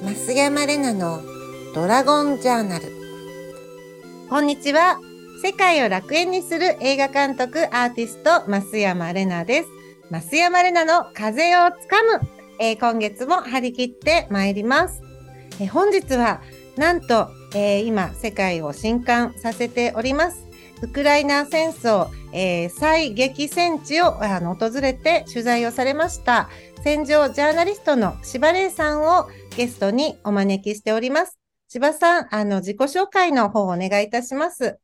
増山玲奈のドラゴンジャーナル。こんにちは。世界を楽園にする映画監督アーティスト、増山玲奈です。増山玲奈の風をつかむ。えー今月も張り切ってまいります。えー本日は、なんと、えー今、世界を震撼させております。ウクライナ戦争、えー最激戦地をあの訪れて取材をされました、戦場ジャーナリストの柴玲さんをゲストにお招きしております。柴さん、あの、自己紹介の方をお願いいたします。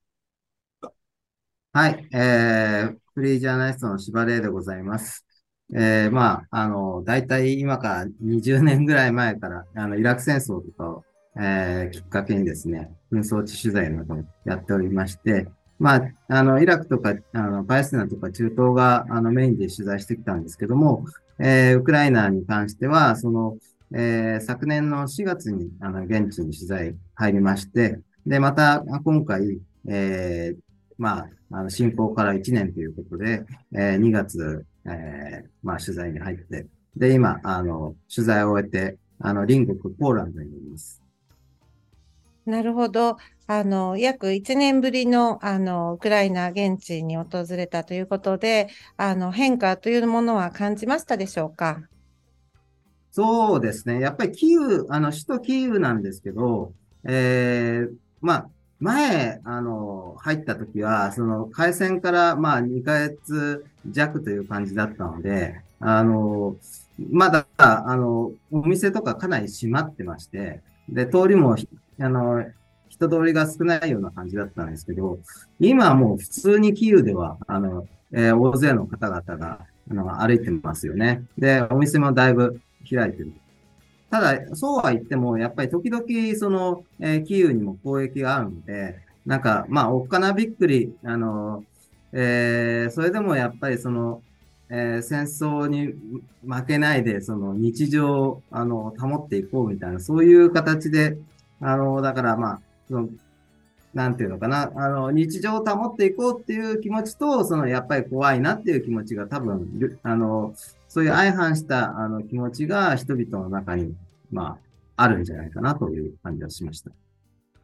はい、えー、フリージャーナリストの柴玲でございます。えー、まあ、あの、大体今から20年ぐらい前から、あの、イラク戦争とかを、えー、きっかけにですね、紛争地取材などをやっておりまして、まあ、あの、イラクとか、あの、パレスチナとか中東が、あの、メインで取材してきたんですけども、えー、ウクライナに関しては、その、えー、昨年の4月に、あの、現地に取材入りまして、で、また、今回、えー、まあ、あの侵攻から1年ということで、えー2月、えーまあ、取材に入って、で、今、あの、取材を終えて、あの、隣国ポーランドにいます。なるほど。あの、約1年ぶりの、あの、ウクライナ現地に訪れたということで、あの、変化というものは感じましたでしょうかそうですね。やっぱりキーウ、あの、首都キーウなんですけど、えーまあ、前、あの、入った時は、その、開戦から、まあ、2ヶ月弱という感じだったので、あの、まだ、あの、お店とかかなり閉まってまして、で、通りも、ひあの、人通りが少ないような感じだったんですけど、今はもう普通にキーウでは、あの、えー大勢の方々が、あの、歩いてますよね。で、お店もだいぶ開いてる。ただ、そうは言っても、やっぱり時々、その、えーキーウにも攻撃があるので、なんか、まあ、おっかなびっくり、あの、えーそれでもやっぱりその、えー戦争に負けないで、その日常を、あの、保っていこうみたいな、そういう形で、あの、だからまあ、その、なんていうのかな、あの、日常を保っていこうっていう気持ちと、その、やっぱり怖いなっていう気持ちが多分、るあの、そういう相反したあの気持ちが人々の中に、まあ、あるんじゃないかなという感じがしました。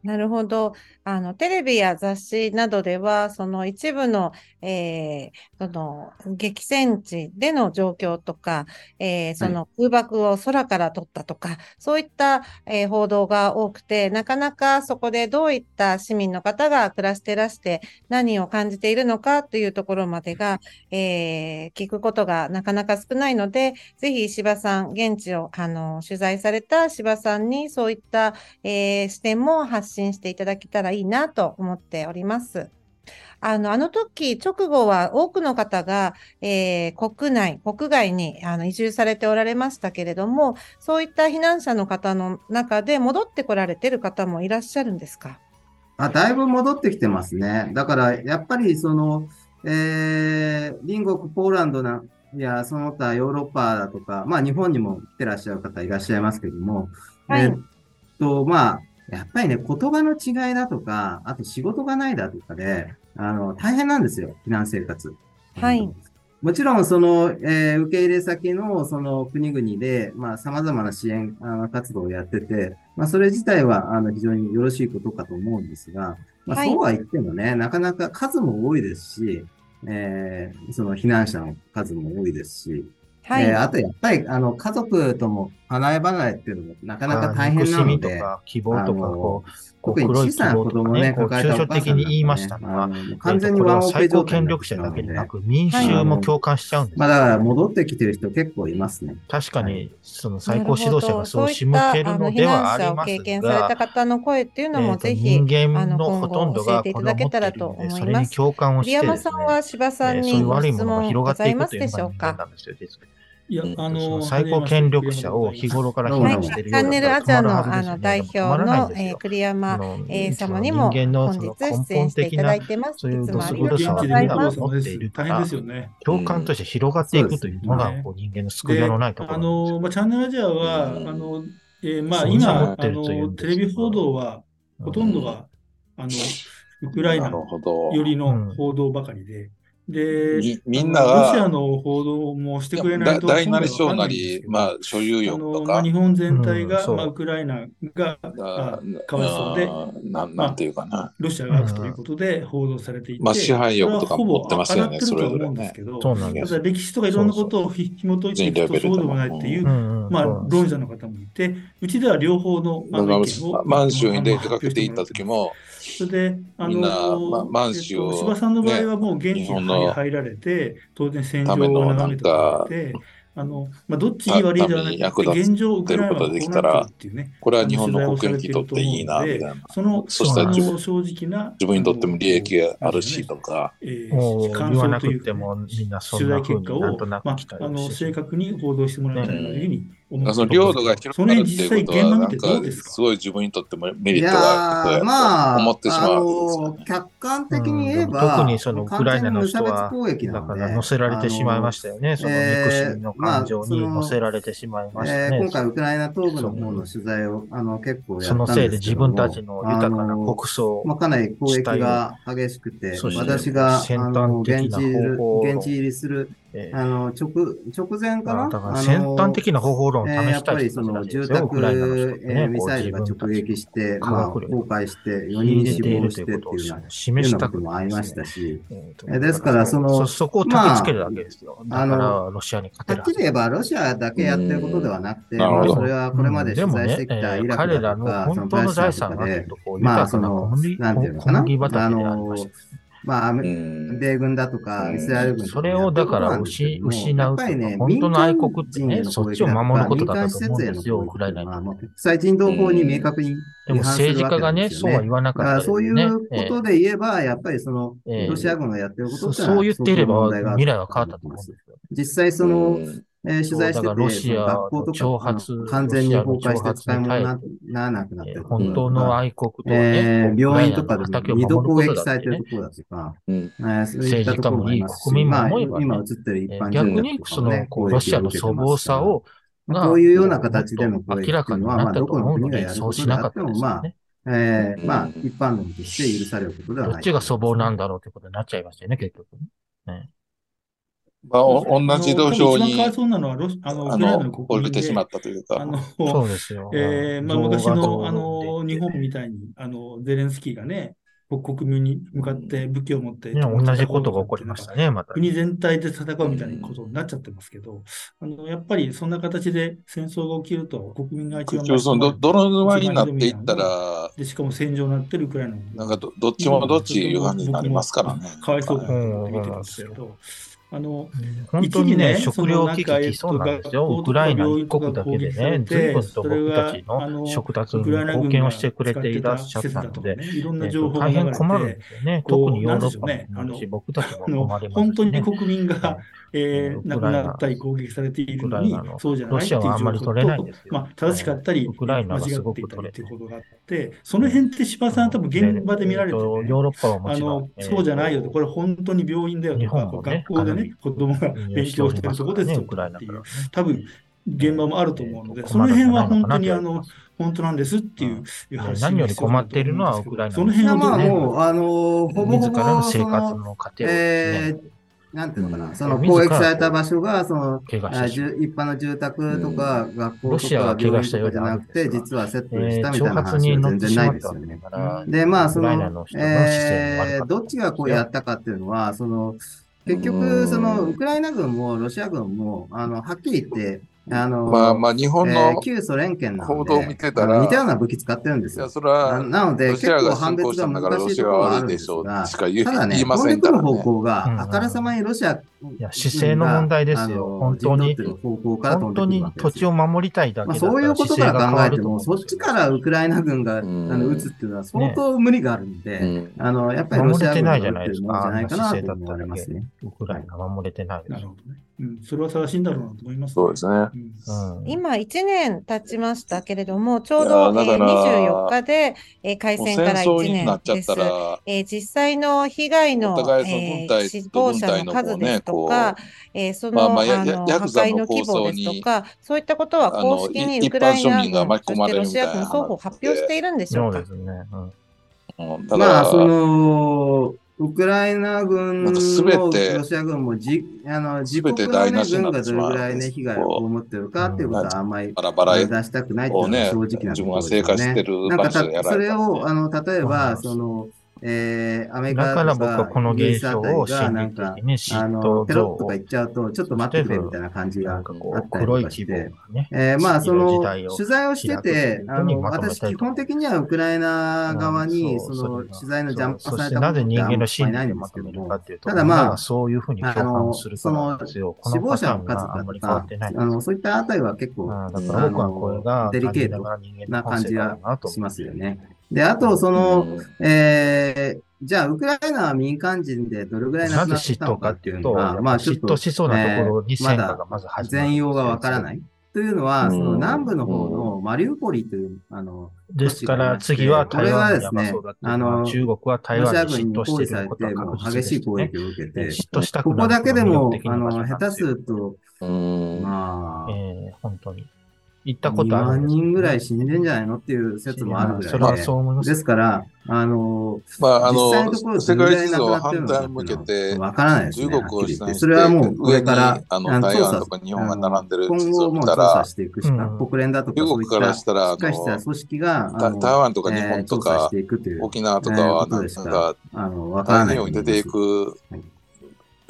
なるほど。あの、テレビや雑誌などでは、その一部の、えーその、激戦地での状況とか、えーその空爆を空から撮ったとか、そういった、えー報道が多くて、なかなかそこでどういった市民の方が暮らしてらして、何を感じているのかというところまでが、えー聞くことがなかなか少ないので、ぜひ石破さん、現地を、あの、取材された石破さんに、そういった、えー視点も発信していただけたらいいなと思っております。あの、あの時、直後は多くの方が、えー国内、国外にあの移住されておられましたけれども、そういった避難者の方の中で戻ってこられてる方もいらっしゃるんですかあ、だいぶ戻ってきてますね。だから、やっぱりその、えー、隣国ポーランドな、いや、その他ヨーロッパだとか、まあ日本にも来てらっしゃる方いらっしゃいますけども、はいえっと、まあ、やっぱりね、言葉の違いだとか、あと仕事がないだとかで、あの、大変なんですよ、避難生活。はい。もちろん、その、えー受け入れ先の、その国々で、まあ、様々な支援あの活動をやってて、まあ、それ自体は、あの、非常によろしいことかと思うんですが、まあ、はいそうは言ってもね、なかなか数も多いですし、えーその避難者の数も多いですし、はい。えーあとやっぱり、あの、家族とも離れ離れっていうのもなかなか大変な憎しみのとで、か希望とか、あのこう、こう特に黒い小希さな望子とか供ね、ね、こう抱えた抽お象母的さんなんかねに言いましたのあが、のもう完全にワンオペ最状高態になっ権力ち者ゃうのだけででなく、民衆も共感しちゃうんです。まあだから戻ってきてる人結構いますね。確かに、そのな最る高ほ指導者どがそう仕いっ向たけるのではありの避難者をます経験されたが、方の声っていうのえもーとぜひ、人あ間ののほとんどが子供を持っ今後教えてているのいただけたらと思いで、ますそれに共感をし栗てで山すさね、んは柴さんえーにそういうご悪い質もの問がご広がっざていいくまとすいうでのしがょう人か間な。んですよ、実いや、あその、の最高権力者を日頃から非ははい難いしているよチャうンネだルアったジアら止まのらんはあずでのすよ代表の、えね。止まらないですーよ。栗山のえーそ様のにも人間の本その日根出演本してい的ただないてます。そういういつもあそりこがと現う地ごでざい見たまこす。とです。大変ですよね。共感として広がっていくというのがう、んこう人間の救いよで、うのないとこあろなんの、まあ、チャンネルアジアは、うんあの、えーまあ、そう今、そう思ってあるというんの、ですテレビ報道は、うんほとんどが、あの、ウクライナなるほど。寄りうんの報道ばかりで、で、みみんなロシアが、の報道もしてくれないだと、大なり今小度なは分かんいんですり、けどまあ、所有あ欲のとまあ、か、日本全体が、うんそうまあ、ウクライナが、まああかわいそうでうんなん、なんていうかな。ロシアが悪ということで報道されていて、まあ、支配欲とかも持ってますよね、そそれれは上ぞがれってるね。とは思うんそうなんですけど、たです。だ歴史とかいろんなことをひ紐解いていくとそうでもないっていうう、んうんまあ、そうなんです論者の方もいて、うちでは両方のあの意見を満州に出かけていった時も、それで、あみんなの、まあ満州をえっと司馬さんの場合はもう現地にね日本の入られて、当然戦場ためをの眺めてられて、あの、まあ、どっちいい悪いではなたくて、ために役立現状、ウクライナはこうなってるっていうね、これは日本の国益にとっていいな、みたいな。その、そしたらあ自の分正直な、自分にとっても利益があるなんていしうのとか、えもーう感言わ想なといくうかてねもみんなそ取んな材風に結果なんをとな、くま期あ、あ待のして正る。確に報道してもらいたいなというふうに思ってそのます。領土が広がるっていうことその辺実際現場は、見なてんどうか、ですかすごい自分にとってもメいリッやトがあるーとまかあ、思ってしまうわけですよあのね。客観的に言えうんば、特にそのウクライナの人完全に無差別は攻撃なだのかでら乗せられてしまいましたよね。その憎しみの感情にえーまあ乗せられてしまいましたえーね今。回、ウクライナ東部の方の取材をあの結構やそったのんですけどもせいで自分たちの豊かあなの国葬まあ、かなり攻撃が激しくて、そして私が先あの端的な現地入り方法論現地入りするえーあの直直前かまなあだからあの先端的な方法論を試えーやしったぱいり人そたちのなんです住よ、ウク宅、ライナの人ってえーね、ミこうサイルが自直分た撃して、化まあ、学崩力壊して、4人ちに入れ死てい亡るとしいてってういうことをような示したくようなこともなあいりでますしねたし、ええーですからそのそ、そこをまあ焚きつけるだけですよ。だから、あロシアに勝てはるっはきずり言えばロシアだけやってることではなくて、うんなるほまあ、どそれはこれまで取材してきうんでもたねえーイラク彼だらとのか、その本当のパレ財スチナ産とがかで、結構まあ豊かな小麦、そのなんていうの小かな麦畑でありました。まあ、アうメん米軍だとかうんイスラエル軍とそかれやをってだるこかとらなんですけ失ども失やうっとぱいりねうか、本当の愛国民間って人へね、の攻そっ撃ちを守ることだったと思まあ民間施設へうんでのすよ、攻撃ウクライナにまあとまっあて。国際人道法に明確にでも違反する政治家がね、わけですそよねうは言わなだかっからたですよそういね。うことで言えば、やっぱりその、ええロシア軍がやってることそってのはそう言っていれば相当問題がある未来は変わったと思うんですよ。実際その、えー取材してそうだからロシて、アそのの学校とか挑発あの完全に崩壊して使い物にロなシアの挑発にならなくなってえーる本当の愛国とはえね、ー病院とかでウクライナの畑もを二度攻守る撃ことされだってるてところだとか、うんえーそういったところもありますし、政治家もいいまあ、国民も思えばね今映ってる一え般ー人逆だにとかそものね、こうロシアの粗暴さを、攻撃を受けてますから、がこういうような形での攻撃って明らかいうにのは、なまっあ、たどとこの思うの国がに、やるそこうとしでなあかっってたも、ですまよあ、ね。えーまあう、ん一般論として許されることではどなっい。ちが粗暴なんだろうということになっちゃいましたよね、結局ね。まあ、お同じ土あの多分俵一番かわいに、そうなのはロシあのウあクライナのの、国降り民てしで、まったというあか、の、そうですよ。えーまあ、昔動画の、とあの日本みたいにあのゼレンスキーがね、国国民に向かって武器を持って、ね、同じことが起こりましたね、また。国全体で戦うみたいなことになっちゃってますけど、あのやっぱりそんな形で戦争が起きると国民が一番結局そのど、泥沼になっていった一ら、で、しかも戦場になってるウクライナもなんかど、どっちもどっちいう感じになりますからね。かわいそうだなうんと思って見てたんですけど、あの、本当にね、一時ね食料危機来そうなんですよ。そのウクライナ学校一とか国だけで病ね、院とか攻撃され随分とて僕たちそれがあのの食達ウにクライナ貢軍献をがしてくれていらっしゃったので、ね、いろんえなっ情と報が大流変れて、困るんですよね。こう特にヨーロッパもなんでしょうね困るしあの僕たちもあ困のりますしね。本当に国民 が、えウークライ亡くナなったり攻撃されているのウにクライナ、のそうじゃないロっていうシアはあんまり情報取れないんとですよ。まあ、正しかったり、ウクライナが間違すごっていくたり取れってていうる。ことがあって、その辺って司馬さんは多分現場で見られえて、ねっとヨーロッパはもあちろんの、、そうじゃないよと、これれ本当に病院だよ日と本か、も学ね校でかなりね、子供が勉強してるところですね、よウクライナってかいらはうね。、多分現場もあると思うので、えっとその辺は困ら本当ないにのかなあの、本当なんですっていうね話何よりが必要だと思うんですけど困っているのはウクライナそのい辺や、まあ、をどう思うもう、あのほぼほぼ、自らの生そ活の、の糧を、えねーなんていうのかな、その自攻ら撃された場所が、その、怪我あしてしまう住一般の住宅とか学校ロとシアがか怪我病院したとよかうでじゃあなるんくですて、が実はセットえしーたみ挑たいな発話には乗っ全て然しなまいっでたすわよけだね。から、で、まあ、そウクライナのの、人の姿勢えも悪かーったどっちがこうやったかっていうのは、その、結う局、んその、ウクライナ軍もロシア軍も、あの、はっきり言って、あの、まあまあ、日本えーの、い旧ソ連圏な報の道をで、見てたらあの似たような武器使ってるんですよや、。それはな、なので、ロシアが結構侵判別攻したんだがから、難ロしいシとこアろははある悪いんででしすょうが、しか言ただえ言ね、いま飛んせでんくかるら方ね。向うんうんが、あからさまにロシア、いや姿勢の問題ですよ本当に方向から飛本んで当くるにわけで土す地よを守りたいだけまあ、だったそういらうこ姿とから勢が変考わえるてとも、思そっちからウクライナ軍が、あうんの、撃つっていうのは相当無理があるんで、うんあの、やっぱりロシア軍が撃ってるものじゃないかなと守思れわれてなまいすじゃないですかね。ウクライナ守れてないでなしょ。るほどね。うん、それは正しいんだろうなと思いますそうですね。うんうん今1年経ちましたけれども、ちょういやどーだからえー24日でえー開もう戦戦から争1にな年っちゃでっすた。ら、えー実際の被害おの互いそのえ軍ー隊死と亡軍者隊のの数こうでね、すとこかう、、えーそまあまのあやあのヤ破クザの壊の規模ですとか、そういったことはあの公式いに一ウクライ般庶ナ民が軍、巻きそし込まてれるロみシたいア軍な話双方発表しているんでしそょううかですね。うんうんだかまあ、そら、の、ウクライナ軍もなんか全てロシア軍もじあの自国全ての、台ね、無しに軍ながってしどれまうぐらい、ね、被害を被ってるかっていうことはあんまりバラバラ出したくないっていうをのがね正直な自と分ころではす生よ活しねて。るなん場か所でやた、らそれれたを、あらねの、例えうば、んその、えー、アメリカだとから僕はこのイギリ現スあ象たりをが、心な理んか的、に嫉あの、妬テロ像ップとかを言っちゃうと、ちょっと待ってくれみたいな感じながんかこあっうたりと黒いかし希て望がね、えーまあ、その時代、を取材をしてて、開くあというふうにの、まとめたい私、と基本的にはウクライナ側に、うそんの、う取それが材のジャンプそうをそされしてたなぜことって人あん間まのりいないんでけど心理でますとめるもか、っていうと、ただみんなまあがそういうふうにあ共感の、をするかそらの、ですよ、こ死亡の者パタのー数だンがあんまりと変わかってないんであすの、そういったあたりは結構、うんだかあら僕はこれの、がデリケート残念なながら感じ人間のが本性だなと思しうますよね。で、あと、その、えーじゃあ、ウクライナは民間人でどれぐらい亡なくぜなっ嫉たの妬かかっってていいううのと、は、ままあ、あ、ちょっ嫉と妬しそうなところに戦火がまず始まるん全ですよ容がわからない。というのは、その南部の方のマリウポリという、あの、ですから、次は台湾に山そうだっていうのこれはは、ですね中国は台ロシア湾軍に嫉に妬包して囲いされることて、はも確う実激でしすい攻ね。撃を受けえーて、嫉妬したくこなこるだけでのもが魅力、的あな場所の、なん下で手すすよると、うまん。えあ、ー本当に。行ったことあ2る万んですけど人ぐらい死んでんじゃないのっていう説もあるぐそれらいはでそう思いま、す。ですから、あの、まあ、あ実際のところの、世どれぐらい界な地図くをなってるのか反対向けっていうての、はわからないです中ね。はっ国をきり言って批判して、それはもう上上にから、あのあの台湾調と査か日本が並んでる今地図後を見もた調査ら、していくしか、うん国連だとか、中そう国いっからた、ししたら、あっかりしたの、組織が、あたの台湾とか日えー本と調査しか、ていくという、沖縄とかえは、ーことなんですかか、あの、わから太な平いと思いま洋に出すていくはい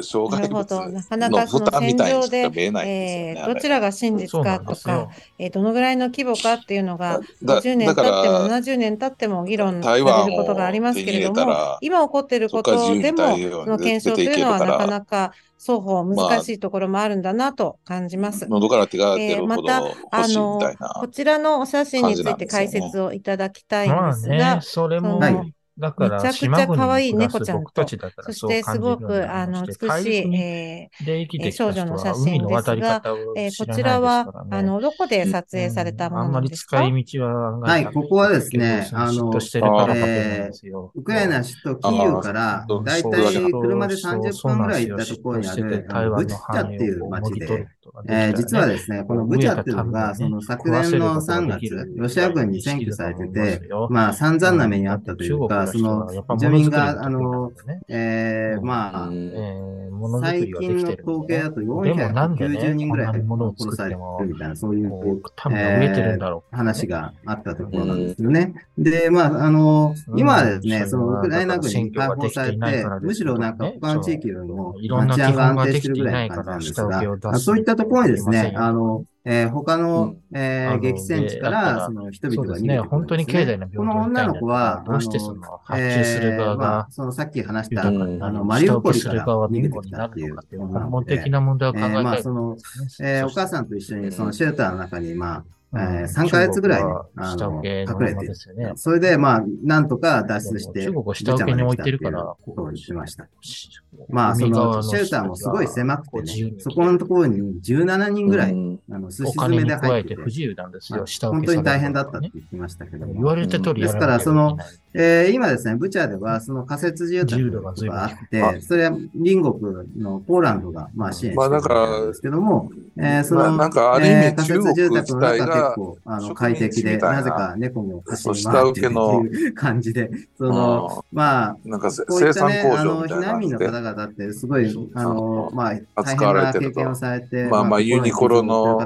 障な害るほ物ど。なかなのかその蓋み戦たいに場しかで、見えないんですよえね。ーあれどちらが真実そうなかんとですよか、。えーどのぐらいの規模かっていうのが、だ50年だから経っても70年経っても議論さ台れ湾るをことがありますけれど手に入れたもら、今起こっていることそっかで自由に太も、平洋にその検証というのは出てないけるかからなか双方難しいところもあるんだなと感じます。喉から手が出るほどえー欲しいみたいなこ。ちらのお写真につい感じなんてですよ解ね説をいただきたいんまであすねが、、それそも、のだかめら、ちゃくちゃ島国可愛いに暮ら猫ちすゃんと僕たちだから、そしそうて感すじるよごうにく、なりあまの、して、美大しい、陸にえで生きてきえーた少女人のは写海真のです渡りが方ーえーをこ知らちならいはですか、らあね。の、どこで撮影されたもあのんなまんりですか使い道は案外はいなくてここはですね結構そういあうの嫉妬してるから書けないんですよ。ウクライナ首都キーウからあー、だいそうたい車で30分ぐらい行ったところにある、あ台のブ湾チのッチャっていう町で、ええー実はですね、このブチャっていうのが、その昨年の3月、ロシア軍に占拠されてて、、 まあ散々な目にあったというか、その住民が、あの、、えーまあ、最近の統計だと490人ぐらい殺されてるみたいな、そういうもう、多分飢えてるんだろう。話があったところなんですよね。で、まあ、あの、今はですうね、んそのウクライナ軍に解放されだから選挙ができてむていないからですよ、ねしろなんか他の地域よりもいろんな治安が安基本が定しできててるぐいらないいのか感じならんです下請けを出が、すそういったところにですでねき、ませんよあの、えー他の、えーあの激戦地か、でだかららその人そう々が逃ですげてね。くるんですね。本当に経済のこ病の気みた女いのな子は、どうしてその発え注する側ーまがあ、そのさっき話した、豊かにあなの、りマリウポリ下請けすかるら側は逃どげこてきにたなっているうのかっていうこと根なの本で的、な問題を考ええーまたあいその、ですねえーお母さんと一緒にそのシェルターの中に、まあ、えーうん3ヶ月ぐらいね中国はあの下請け隠れてのままですよね。それで、まあ、なんとか脱出して、中国を下請けに置いてるから、こうしました。しまあ、そ海側の、シェルターもすごい狭くこうて自由ねに、そこのところに17人ぐらい、あの、すおし金詰めにで加入えっててて、不自由なんですよ、下請本け当されにるの大はね変だったって言ってましたけども。言われた通りうやんですらかなら、きそゃいのけ、ないえー今ですね、ブチャでは、その仮設住宅とかがあっ自由度がて、随それは隣国のポーランドが、まあ、支援してまあるだんからですけども、えーそまあの、なんかある意えー味仮中設国住自宅の中体結が、構、あ植の、民地快適で、みたいななぜか猫も走り下回って請けのっていう感じで、その、うまあ、んなんかせこうい生った産ね、あ工場の、み避たい難民の方、な感じで々って、すごいそう、ですあの、まあ、大扱変われなてる経と験をされて、まあまあユニコロの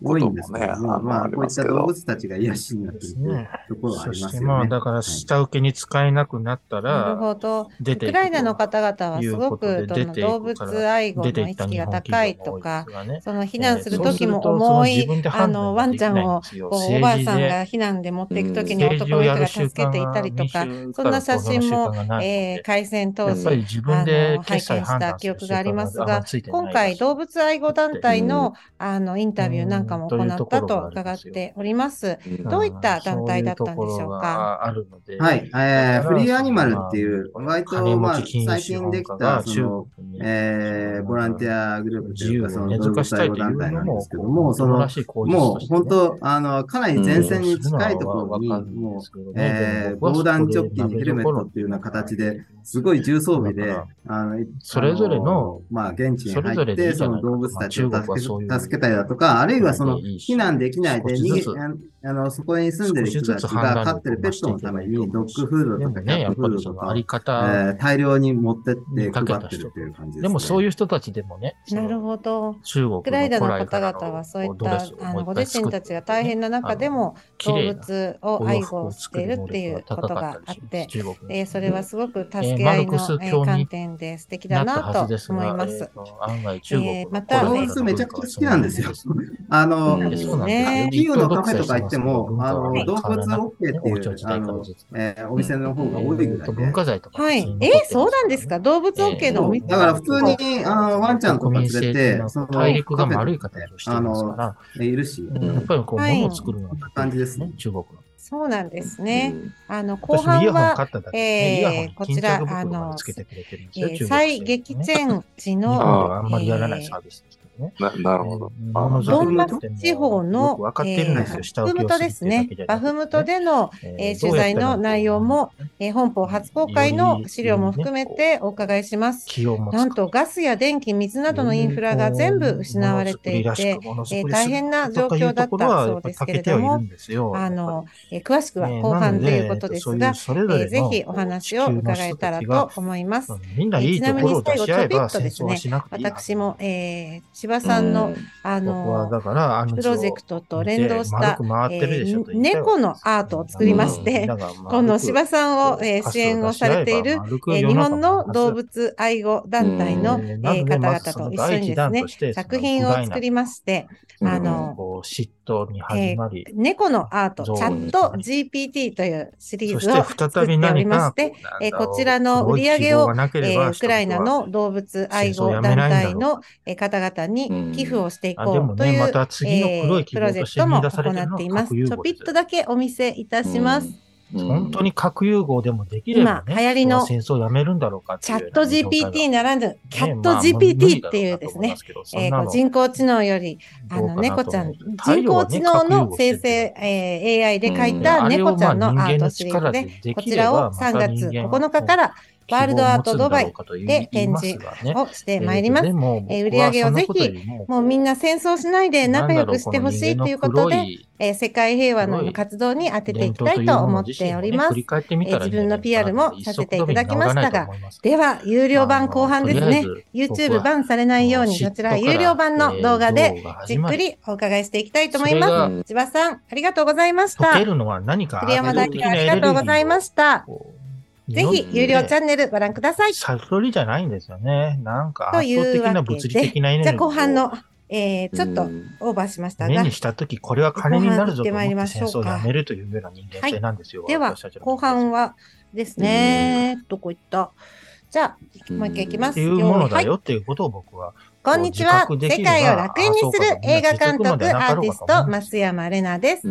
心に傷を負ってる方も多いんですけどこともねも、まああ、のこういったありますけど動物たちが癒しになっでてるすというね。ところはあそりましすてよまあ、ね。だから下請けに使えなくなっなたるら、ほど。出ウてクいくとライナの方々はすごいうくことどでの動物愛護出てのい意った識日が高本企いとか業も多いです、がね。その避難するそう時するもと重その自い、分であ判の、断ワがンでちきゃんないんをですよ。こうおばあさん政が避難で持っていく時に治で男の人が助政治をけやる習慣ていたりとか、民主そんな写真も化がないのでえー、開戦当やっ時、あの拝見したぱり自分で決済判断す記る憶がありますが習慣がついてない今回動物愛護団体の、あの、インタビューなんかも行うんというっとこたろがとあり伺まっすよております。うんどういった団体だったんでしょうか。うんはい、そういうところがあるので、えー、フリーアニマルっていう、まあ割金と、ま持あち、禁最止近法できとた、かそ中の、国にえー、ボランティアグループと自い由うか、そのを根動付かし物た愛護いとい団体なんでうのもすけども、その、もう本当と、あの、かなり前線に近いところに、もう、えー防弾チョッキにヘルメットっていうような形で、すごい重装備で、あの、いそれぞれのあまあ、現地にそれ入ぞっれて、でその動物たちをまあ中国助けはそういう助けたりだとか、あるいはその、避避難できないで、少逃しげずつあの、そこに住んでる人たちが飼ってるペットのために、ドッグフードでともか、ね、キャやッっトフぱードりそとのあか、りえ方、ー大量に持ってってに配かけたってるっていう感じです、ね。。でもそういうう人たちでもね、そなのるほど。中国のウクライナの古来方から々はそういっドレたスをあもうの一ご自回身たちが大変な中でも動作ってね、物をあの愛綺麗な護をしているっていうことがあって、お洋服を作る能力が高かったりします中国えーそれはすごく助えーけ合いマルのクスえー教に観点で素敵だなったなはずとです思いが、まえすー。と案外中国えのーまた古来動物めちゃくちゃ好きなんですよあの、うんそうなんですよねキーウのカフェとか行っても文化はあの動物 OK っていう変わらなくてね王朝時代からずっとえーお店の方が多いぐらいで。文化財とか。はい。えーそうなんですか動物 OK のお店だから普通に、あの、ワンちゃんとか連れて、その、大陸が丸いカフェ形とをしてかいあますの、かいるし。ら、やっぱりこう、物を作るのは感じですね。中国の。そうなんですね。あの、後私もイ半ヤホンは、買っただけでね、イヤホンに巾着こちらあ袋まのでつけてくれてるんですえよ、ー中国最激製のね戦地日本での、はあんまりやらないサービスですけどね。ななるほど。あものづドくンりバのス点も地方よのく、分かってえるんーですよ、下バ請フけムをすトるでっすていうだねけじゃ。なバくてフムトでの、えー取材の内容も、、えー本邦初公開の資料も含めてお伺いします。気温もなんとガスや電気、水などのインフラが全部失われていて、、えー大変な状況だったそうですけれども、あの、えー詳しくは後半ということですが、えーぜひお話を伺えたらと思います。みんないいところを出し合えばちな戦みに最後争はちしなくていいはず。私も、えー千葉さんの、あ僕はの、だから、あのプロジェクトと連動した、回ってるでしょえー猫のアートを作りまして、この芝さんを、えー支援をされている、えー日本の動物愛護団体の、うんえー方々と一緒にですね、ね作品を作りまして、あの、こう嫉妬に始まり、猫のアート、チゾャーンッにト GPT というシリーそズをして作再ってびおり何まかして、えーこちらのこう売り上げを、黒い希望がなけれえばーウクライナ人々はの動物愛戦争を護や団めないんだろ体うのえー方々に寄付をしていあでこもうといね、う、また次の黒い希えープロ望ジとェクしてト見も出されて行るのっていはます。核融ちょ合ぴでっすとだけお見せいたします。本当に核融合でもできれば、ね、今流行りの人は戦争をやめるんだろうかってチいうャよッうなト状態が GPT ならぬ、キャットねまあ GPT っていうですね、、えーまあこう人工知能より、あの、猫ちゃん、人工知能の生成、えー AI で描いた猫ちゃんのアートシリーズで、こちらを3月9日からワールドアートドバイで展示をしてまいります。えー売り上げをぜひもうみんなな戦争しないで仲良くしてほしいということで、えー世界平和の活動に当てていきたいと思っております。えー自分の PR もさせていただきましたが、では、有料版後半ですね。YouTube 版されないように、こちら有料版の動画で、じっくりお伺いしていきたいと思いそれまがす。千葉さん、ありがとうございまし解けた。るのは何か栗山大的輝なあエりネルギーがとうございました。こうぜひ、有料チャンネルご覧ください。じ悟りじゃないんですよね。なんかと圧いうわ倒けで的な物理的なエネルギゃあ、ーを後半の、えーちょっとオーバーしました目がに、したとき、これは金になるぞと思後半行っってまいりまてし戦ょうか争をやめるというような人間性なんですよ。では私たちの後半はですね、どこ行ったじゃあ、うんもう一回行きまっす。ていうものだはよっていうことを僕は、いこんにちは。自覚でき世れば界を楽園にする映画監督、あそうかみんな自覚まではなアかーろティうかスとト、思います増山玲奈です。増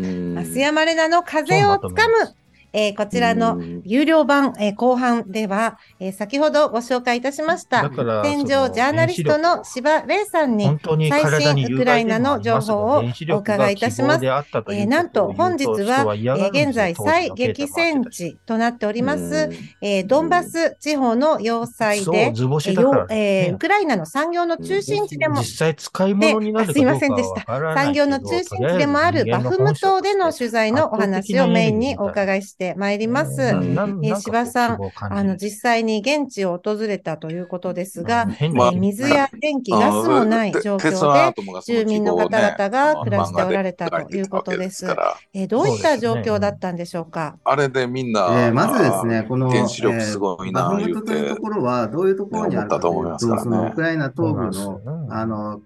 増山玲奈の風をつかそうまむ、えーこちらの有料版、えー後半では、えー先ほどご紹介いたしましただ、から、戦場ジャーナリストの芝玲さんに、本当に体に有害最新でもありますがウクライナの情報をお伺いいたします原子力が希望であったというえーことをなんと本日言うと人は、え嫌がーるんですよ現在最激戦地となっております、えードンバス地方の要塞そうで、図え星ーだからよね、えーウクライナの産業の中心地でも実際使い物になるかどうかはわからない産けど業の中心地でもあるバフム島での取材のお話をメインにお伺いしてまいります。んえー柴さん、あの、実実際に現地を訪れたということですが、変まえあー水や電気、ガスもない状況で、住民の方々が暮らしておられたということですか。らえーどういった状そうです況ねだったんでしょうかあれでみんな、えーまずですね、この、原子力すごいなえーバフムトというところは、どういうところにあるかという思と、ったと思いますそからねのウクライナ東部の、ああの、の、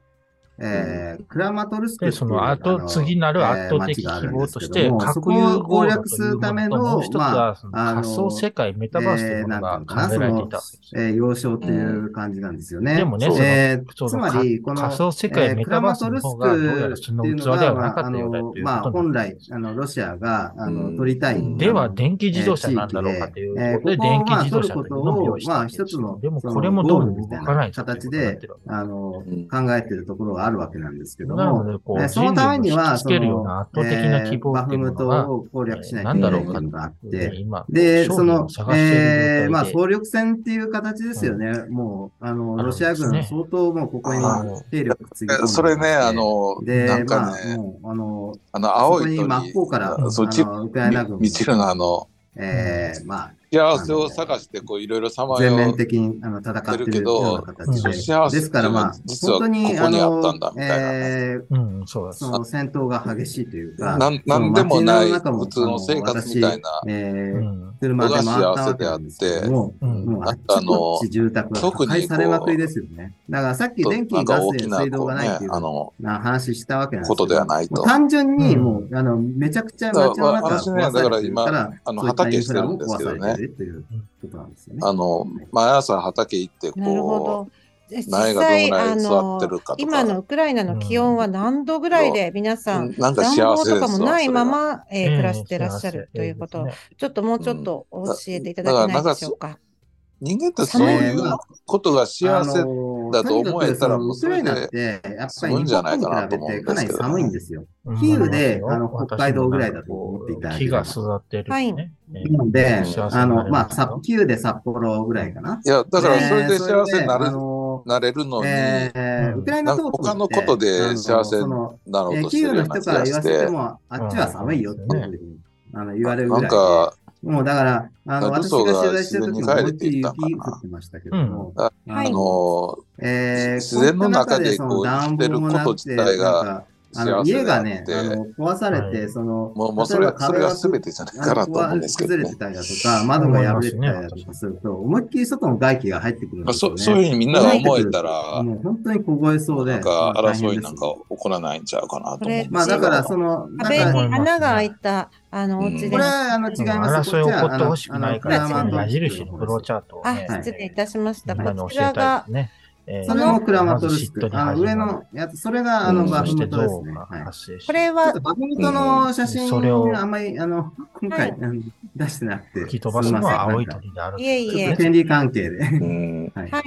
えークラマトルスクで、っていうその後、次なる圧倒的えー希街があるん望ですとけしどて、もそ核こ融を攻合略するための、一つまはあ、、そのあの仮想世界、メタバースというものが考えられていたわけですえよ。ー要衝っていう感じなんですよね。でもね、そうえーそのつまり、この、仮想世え界ーメクタラバマーストのルス方クが、どうやらってそのいう器のではが、なまかあ、ったあようだとのい、うまあ、こと本になる来、あの、ロシアが、あの、取りたい。うんであは、の電気自動車なんだろうかということえー地で、域で電気自動車というのを用意したわけえーここをまあ取ることをまあ一つのでもこれもどうも動かないそのゴールみたいな形でということになあの考えってるわけですうんてるところがあるわけなんですけどなも、ので、こう、えーそのためには、そ人類を引きつけるようのな圧倒的な希望えーっていうバフもムトのが、を攻略しないといけないっていうのがあって、今、で、そ勝利のを探、している状態えでー、まあ、総力戦っていう形ですよね。もう、あの、あるんロシア軍ですね相当もうここにあの兵力つぎ込んでえそれね、あ、の、で、なんかまあ、ね、もう、あの、あの、そ青こいに鳥真っ向から、あそう、ち、の、ウクライナ軍みちるのあの、えー、ま幸せを探して、こう、いろいろさあ、ま全よ面う。的にあの戦ってるようなそう形で。幸せですっていうのから、まはあ、実本当はここに、あにあったんだの、みたいな。えー、うん、そうですそ。の戦闘が激しいというか、なんそのなんでもない街の中も普通の生活みたいなあの私えうーん。車で回ったわけなんですけども、うんうんもうあっちこっち住宅が破壊されまくりですよね。だからさっき電気、なんガかス大、きな、水道こがうないねってい、うあの、な話したわけなんですけどことではないともう単純に、うんもう、あの、めちゃくちゃ街の中が壊されだからてる今から、あのそういった畑インしフてラるんもですけどね壊されてるっていうことなんですよね。あの、毎朝畑行って、なるほこど。でう、実際、苗がどんぐらあい座っての、るかと今のか、ウクライナの気温は何度ぐらいで皆さん、なんか暖幸房せとですかわもないま、そま、えーええ暮らしてらっしゃるということを、ちょっともうちょっとうん教えていただけないでしょうか。れは人間ってそういうことが幸せあのだと思えたらもうとそにれかでくそのウクライナって、やっすぱりごいん日じゃな本いにかなと比思べうてんかでなりすけど寒いんですよ。うんキーウでうんあの北海道ぐらいだと思っていただければ木が育ってるとね。なのえでー、幸せあになの、れまあ、ますよ札幌で札幌ぐらいかな。いや、だからそれでえー幸せになそれであれのなれるのに、えーうんウクライナと他のことで幸せあのそのなろえうーとしキてーウるのよう人なから言気がわしせてて、も、あっちは寒いよっていうふうにあの言われるぐらいなで。んか、もうだから、あの、だ私嘘がが取材してる時も、自然思いにっ帰きれてりいったんかな雪降ってましたけども、あはいあの、えー自然の中でこう生きてること自体、こういった中でその暖房もなくてなんがかあの幸せ家であがっね、てあの壊されて、はいその、もうもうそ例えればそれが壁全てじゃないあのかなと思うんですけど壊れねて。たりだとか、窓が破れてたりだとかすると、思いっきり外の外気が入ってくるんまあ、ですよ、そね。そういうふうにみんなが思えたら、もう本当に凍えそうで。なんかまあ大変で争いすなんか起こらないんちゃうかなと思うんですけど。まあだから、その、だ壁かにら、思いますね穴が開いた、あの、お家でうこれんの、はあの違います。争い起こってほしくないから、あ次のの矢印のプロチャーャートをあね、、失礼いたしました。みんこなに教ちえらたいでがす、ね。えーそれもクラマトルスまず嫉ク妬。にあの、上始まるのやつ、それがあの、うんバそフしてムトで像すね。がはい。発生しこて、れちょっはと、バフムトの写真、それをあんまり、あの、今回、はうん出してなくて。吹き飛ばすのは青いすま鳥であるといえいせん。えなんねか権利関係で。うん はい。はい。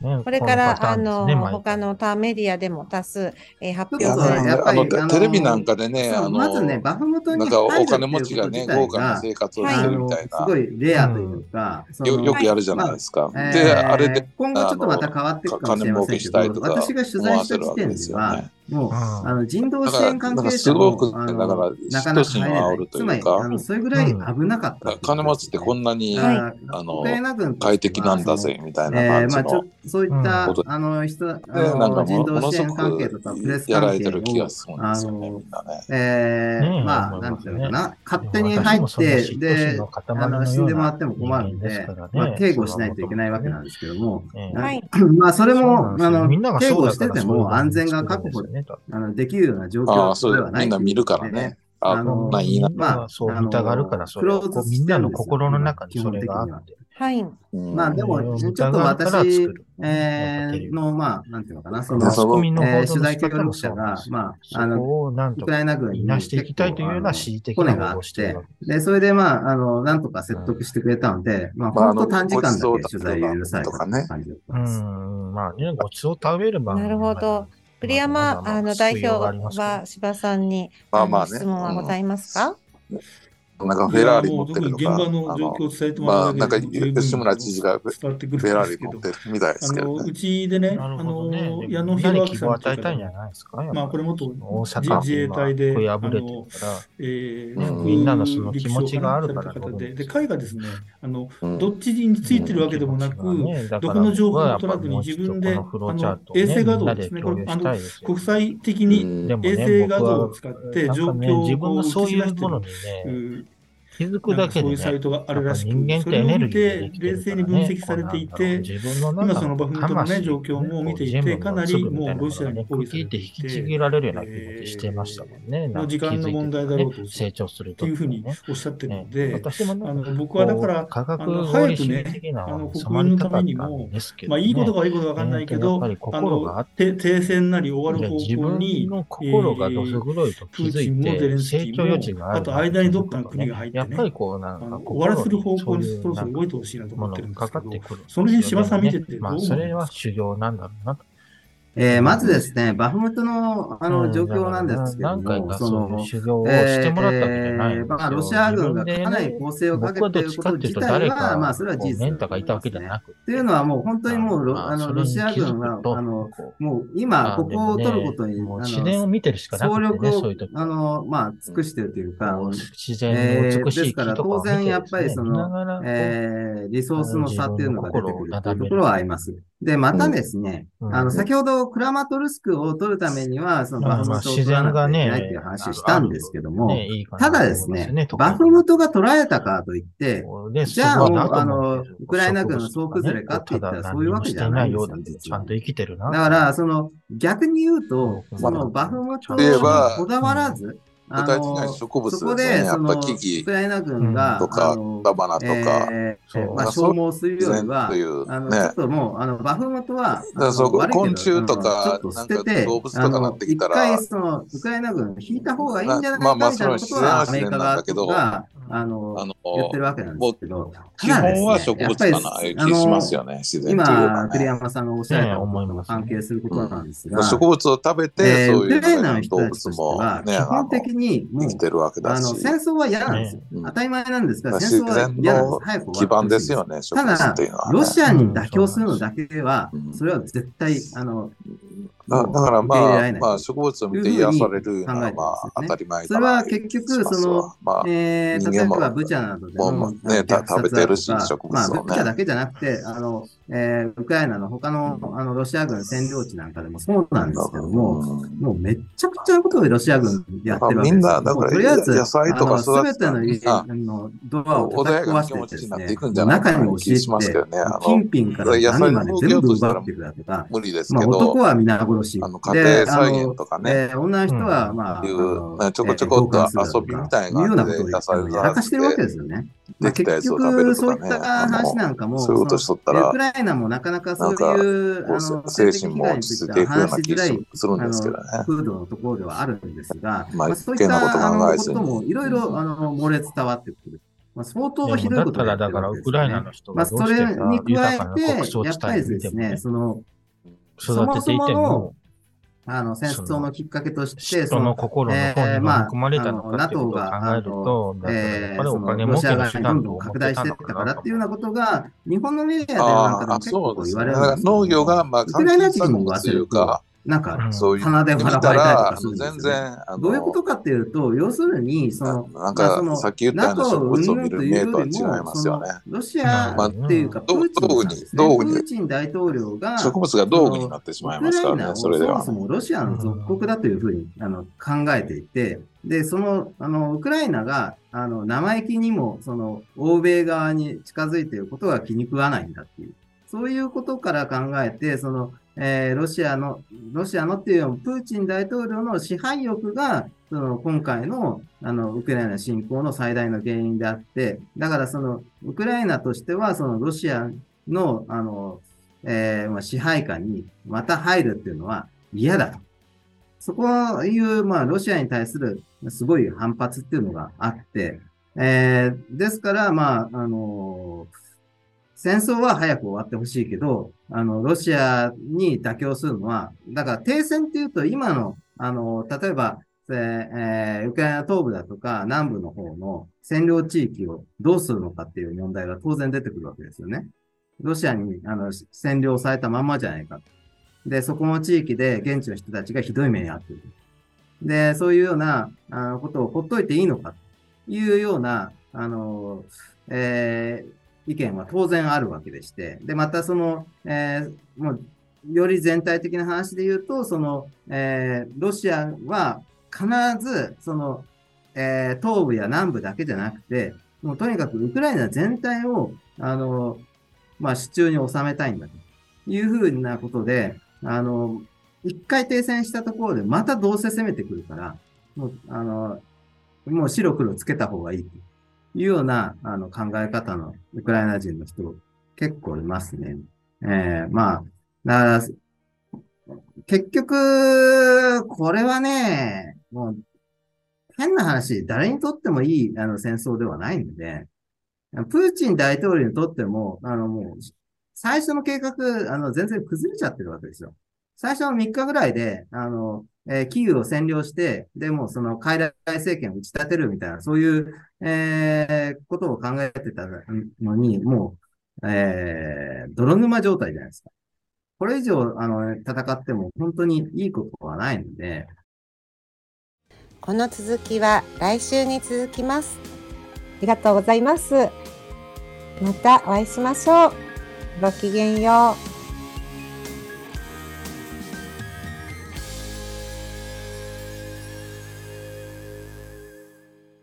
ねこれから、あの、他、パの他メディアでも多数、えー発い表やされそうてやっぱありのあのテレビなんかでね、そうあのまずね、バフムトになんか入おる金持ちがね、っていう豪こと自体華な生活をはいすあるみの、たいすな、ごいレアというか、そのよよくやるじゃないですか。えで、ーあれで今後ちょっとまた変わっていくかもしれませんけあの金儲けしたいど、とか私が取思材わしせたる時わけ点ですでよはね。、もう、ああの人道だ支から、援関だから係す者ごもく、あね、のだかなら、か嫉な妬か心入れなをい煽るとついまうり、かあ、のそれぐらい危なかったっていうことですね。金持ちってこんなにはいあのウクライナ軍と快適なんだぜ、みたいえなえ感まじあ、ちのょ。そういった、うんあの人、あでなのんか人もも道の支す援ご関係とかプレスくやら関れ係てる気をが、するんですよね、みんなね。ええねえま思あ、いなますねんていうのかな、勝手でもに私入もそんなって、嫉妬心での、塊あのようのな死んでもらっても困るん人間ですでからね、まあ、警護しないといけないわけなんですけども、ええなはい まあ、それも、そうあなんですよのみんな、が警そう護だしかてらてそういうも安全が作確るん保ですよね、多分あのできるような状ああ、況そうでだはよなみいんとな見いうるこかとらでねね。。ああのまあ、ないな。まあまあ、そうあの見たがるから、そクれロをーズこうしてみるんですよんなの心の中にそれがあ基本って。はい。うんまあでも、うんちょっと私疑うから作る、えやっぱテレー、ビの、まあ、なんていうのかな、その、マスコミのえー取報道の材仕協方も力そ者うながんまあ、あで、すよその、こをなんウとクかライナ軍いになしていきたいというような恣意的コネながあことっをしていてるわけ、です。で、それでまあ、あの、なんとか説得してくれたので、まあ、まあ本当短時間だけあのごちそう取だ材を許されたとかってね感じだったうんです。ん、まあね、ごちそう食べる番組なるほど。栗山、あの、代表は、柴さんに、まあのまあね質問はございますかなんかフェラーリ持ってるといやか、もう特に現場のあ状の況を伝えてもらまうあ、なだんかけでも十分吉村知事がフェ伝わってくるんフェラーですリけ持どってるみたいですあけの、どね。うちでね、なあるほのどね。、矢野みんなに博希望明さをん与えたいんじゃいないですか。やっぱまあ、これもっと大阪自衛隊で、こうあ破れてのるから、えうんー、みんなのその気持ちがあるから副陸将をされた方で、で、どうぞ彼がですね、あの、うんどっちについてるわけでもなく、どこの情報も取らずに自分であの衛星画像をですね国際的に、うんでもね衛星画像を使って僕は状況を自分がそうい映しう出してもるのにうね、ー気づくだけでなんかそういうサイね、トがあるらしく、やっぱ人間っそてれエをネル見ギーでてできて冷るか静らね、に分析されていこうなんだろうて、自分の今中そのバフムトのね魂状況も見ていて全部のかなり粒みたいなもうロシのアがにね抗議さ区れていて切って引きちぎられるような気持ちしてましたもんね。なんのか時間の問題だろう気づいてとね成長するとというふうにね。おっしゃってるのねで、私もねあの僕はだから、科学あの合理主義的な早くねのに染まりたかったんですけど、まあ、ね、いいことが悪いことが分かんないけど、人間ってやっぱり心がああっのて停戦なり終わいるや方自向分に、の心がどす黒いと気づプーチンもゼレいンて、スキー成も長余地があるなとあと間にどっかの国が入ってねやっぱりこうなあんかの心に終わらせる方向にそういうそろそろ動いてなんかほしいなとも思ってるのんがでかすかけって、どくるんですよね。その辺柴さん見ててどうまあ、思いますそかれは修行なんだろうなと。えーまずですね、バフムトのあうのん状況なんですけどだから何回も、かそそういうの、修行をしえてもらったわけじゃないんですーえーよ。まあ、ロシア軍自分がでねかなり攻勢をかけ僕はてどっいるちこかとっていう自と、体誰か、は、まあ、それは事実だメンタがいたわけじゃと思いなますくねて。っていうのはもう本当にもうロ、まあの、それロにシア気づ軍くは、とあの、こうもう今、ここを取ることに、もうあ自然をの、見てるしかな総くてね、力そをういう時、あの、まあ、尽くしてるというか、自然の美しい木とかを見てえーですから当然やっぱりその見ながらこうえーリソースの差っていうのが出てくるっていうところはあります。で、またですね、うんあの、先ほどクラマトルスクを取るためには、そのバフムトを取らなきゃいけないっていう話をしたんですけども、ねいいかなたと思だいでますすねね、バフムトが取られたからといって、ねじゃあすごいもうなと思あのんですよウクライナ軍の総崩れかって言ったらそういうわけじゃないんですよただ何もしてなようだけど実ちはゃんと生きてるな。だから、その、逆に言うと、うんそのバフムトといえばにこだわらず、あ具体的にはの、植物ですそよこね。で、やそっぱの、木ウクライナ軍が、々とかあの、草花とか、えーそうまあ、消耗するよりはと、いうあの、ちょねっ。ともう、あの、バフムトは、だからそあのこ悪いけど昆虫とかうんちょっと捨てなんてか動物、とあかのなってきたら一回、その、ウクライナ軍引いた方がいいんじゃないまかあまあみたいなことは、アそメリれカは自然なん側だけどが、あのあ、の、言ってるわけなんですけど、た基だですね本は植物やかっぱな、あありいう気しますよね、自然というか今、栗ね。山さんがおっしゃられたこねえ思いまともすね関係することなんですが、植物を食べて、えーそうウクいライナのう人動たち物としてもは、ね、基あ本の、的にも生うき、てるわけあだのし、戦争は嫌なんですよ。うん当たり前なんですが、まあ戦争は嫌なんで自然すの。早く終基わっ盤てでほしいすよね、植た物だっていうのは、ね。ロシアに妥協するのだけではうん、それは絶対、あの、だだから受け入れらまれあ、ないまあ、植物を見て癒されるのは、まあ、考えてますよね当たり前そかれなはという結気がし局、ますわ。その、まあ、えー、人例え間もばブチャなどでものうねた食べてるし虐殺だと植かま物をねあ、ブチャだけじゃなくて、あの、えーウクライナの他のあのロシア軍占領地なんかでもそうなんですけども、うんもうめっちゃくちゃなことをロシア軍やってるわけですよみんなだからもうとりあえず、野菜とか育てたすべての家ああのドアを穏や叩きか壊してな気持でちすになっねていくんじゃない中かにな押し気し入っますてけ、どね。あの金、品から何まで全部奪っていくだとか、無理ですまけあ、ど男、は皆殺し。あの、家庭で菜あ園のとかね、えー女の人は、うんまあ、いうあのねちょこちょこっとえー同感する遊びみたいとないうようなこで野と菜ををやらかしてるわけですよね。まあできたやつを食べるとかね結局、そういった話なんかも、そういうことしとったそのウらク、ライナもなかなかそうなんかいう、こうあの精神も落ち着いていくような性的気被害がについては話しづらいするんですけどね。風土のところではあるんですが、まあそういった一見なあこと考のえこずにともいろいろあの猛烈伝わってくる。まあ、相当ひでもだどいこっとたをら、やってだるから、わけウですクよラねイナの人まあ、がそどうしてれかに加豊えかなて、国葬やっ地ぱ帯を見りでてすもね、ね、その、育てていてそもそものも、あの、戦争のきっかけとして、人の心のえ本ーにまあ含まれたのかっていうことを考えると、だからやえっぱりー、そおの金儲ロシけアの側手にど段んどんと思って拡大たしてっのたかからなっとていうようなことが、日本のメディアでなんかであもあ、結構そうです言ね。われるんだからですけど農業が、まあ、ウクライナ人にも言わとせいるうかと、、なんうかんそういう、鼻で見た笑われたりとら、かするんです全よね。然、あの、どういうことかっていうと、要するに、その、ななんまあそか、のさっき言ったような植 NATO 物を云見々とるいう目よとはり違いも、ますそよのね。ロシアまあっていうか、プどーチうンさんですねどうプどうーチン大統領が、植物が道具になってしまいますかウクライナらね、をそれではそ。もそもロシアの属国だというふうにあの考えていて、で、その、あの、ウクライナが、あの、生意気にも、その、欧米側に近づいていることが気に食わないんだっていう。そういうことから考えて、その、えーロシアの、ロシアのっていうよりも、プーチン大統領の支配欲が、その、今回の、あの、ウクライナ侵攻の最大の原因であって、だからその、ウクライナとしては、その、ロシアの、あの、えーまあ、支配下にまた入るっていうのは嫌だと。そこいう、まあ、ロシアに対するすごい反発っていうのがあって、えーですから、まあ、あの戦争は早く終わってほしいけど、あの、ロシアに妥協するのは、だから停戦っていうと今の、あの例えば、えーえーウクライナ東部だとか南部の方の占領地域をどうするのかっていう問題が当然出てくるわけですよね。ロシアにあの占領されたまんまじゃないか。で、そこの地域で現地の人たちがひどい目に遭っている。で、そういうようなあのことをほっといていいのかというような、あの、えー意見は当然あるわけでして、で、またその、えーもう、より全体的な話で言うと、その、えーロシアは必ず、その、えー東部や南部だけじゃなくて、もうとにかくウクライナ全体を、あの、まあ、手中に収めたいんだというふうなことで、あの、一回停戦したところでまたどうせ攻めてくるから、もう、あの、もう白黒つけた方がいいというようなあの考え方のウクライナ人の人結構いますね。えーまあ、だから、結局、これはね、もう、変な話、誰にとってもいいあの戦争ではないので、プーチン大統領にとっても、あのもう、最初の計画、あの、全然崩れちゃってるわけですよ。最初の3日ぐらいで、あの、えー、キーウを占領して、でもその傀儡政権を打ち立てるみたいな、そういう、えー、ことを考えてたのに、もう、えー、泥沼状態じゃないですか。これ以上、あの、戦っても本当にいいことはないので。この続きは来週に続きます。ありがとうございます。またお会いしましょう。ごきげんよう。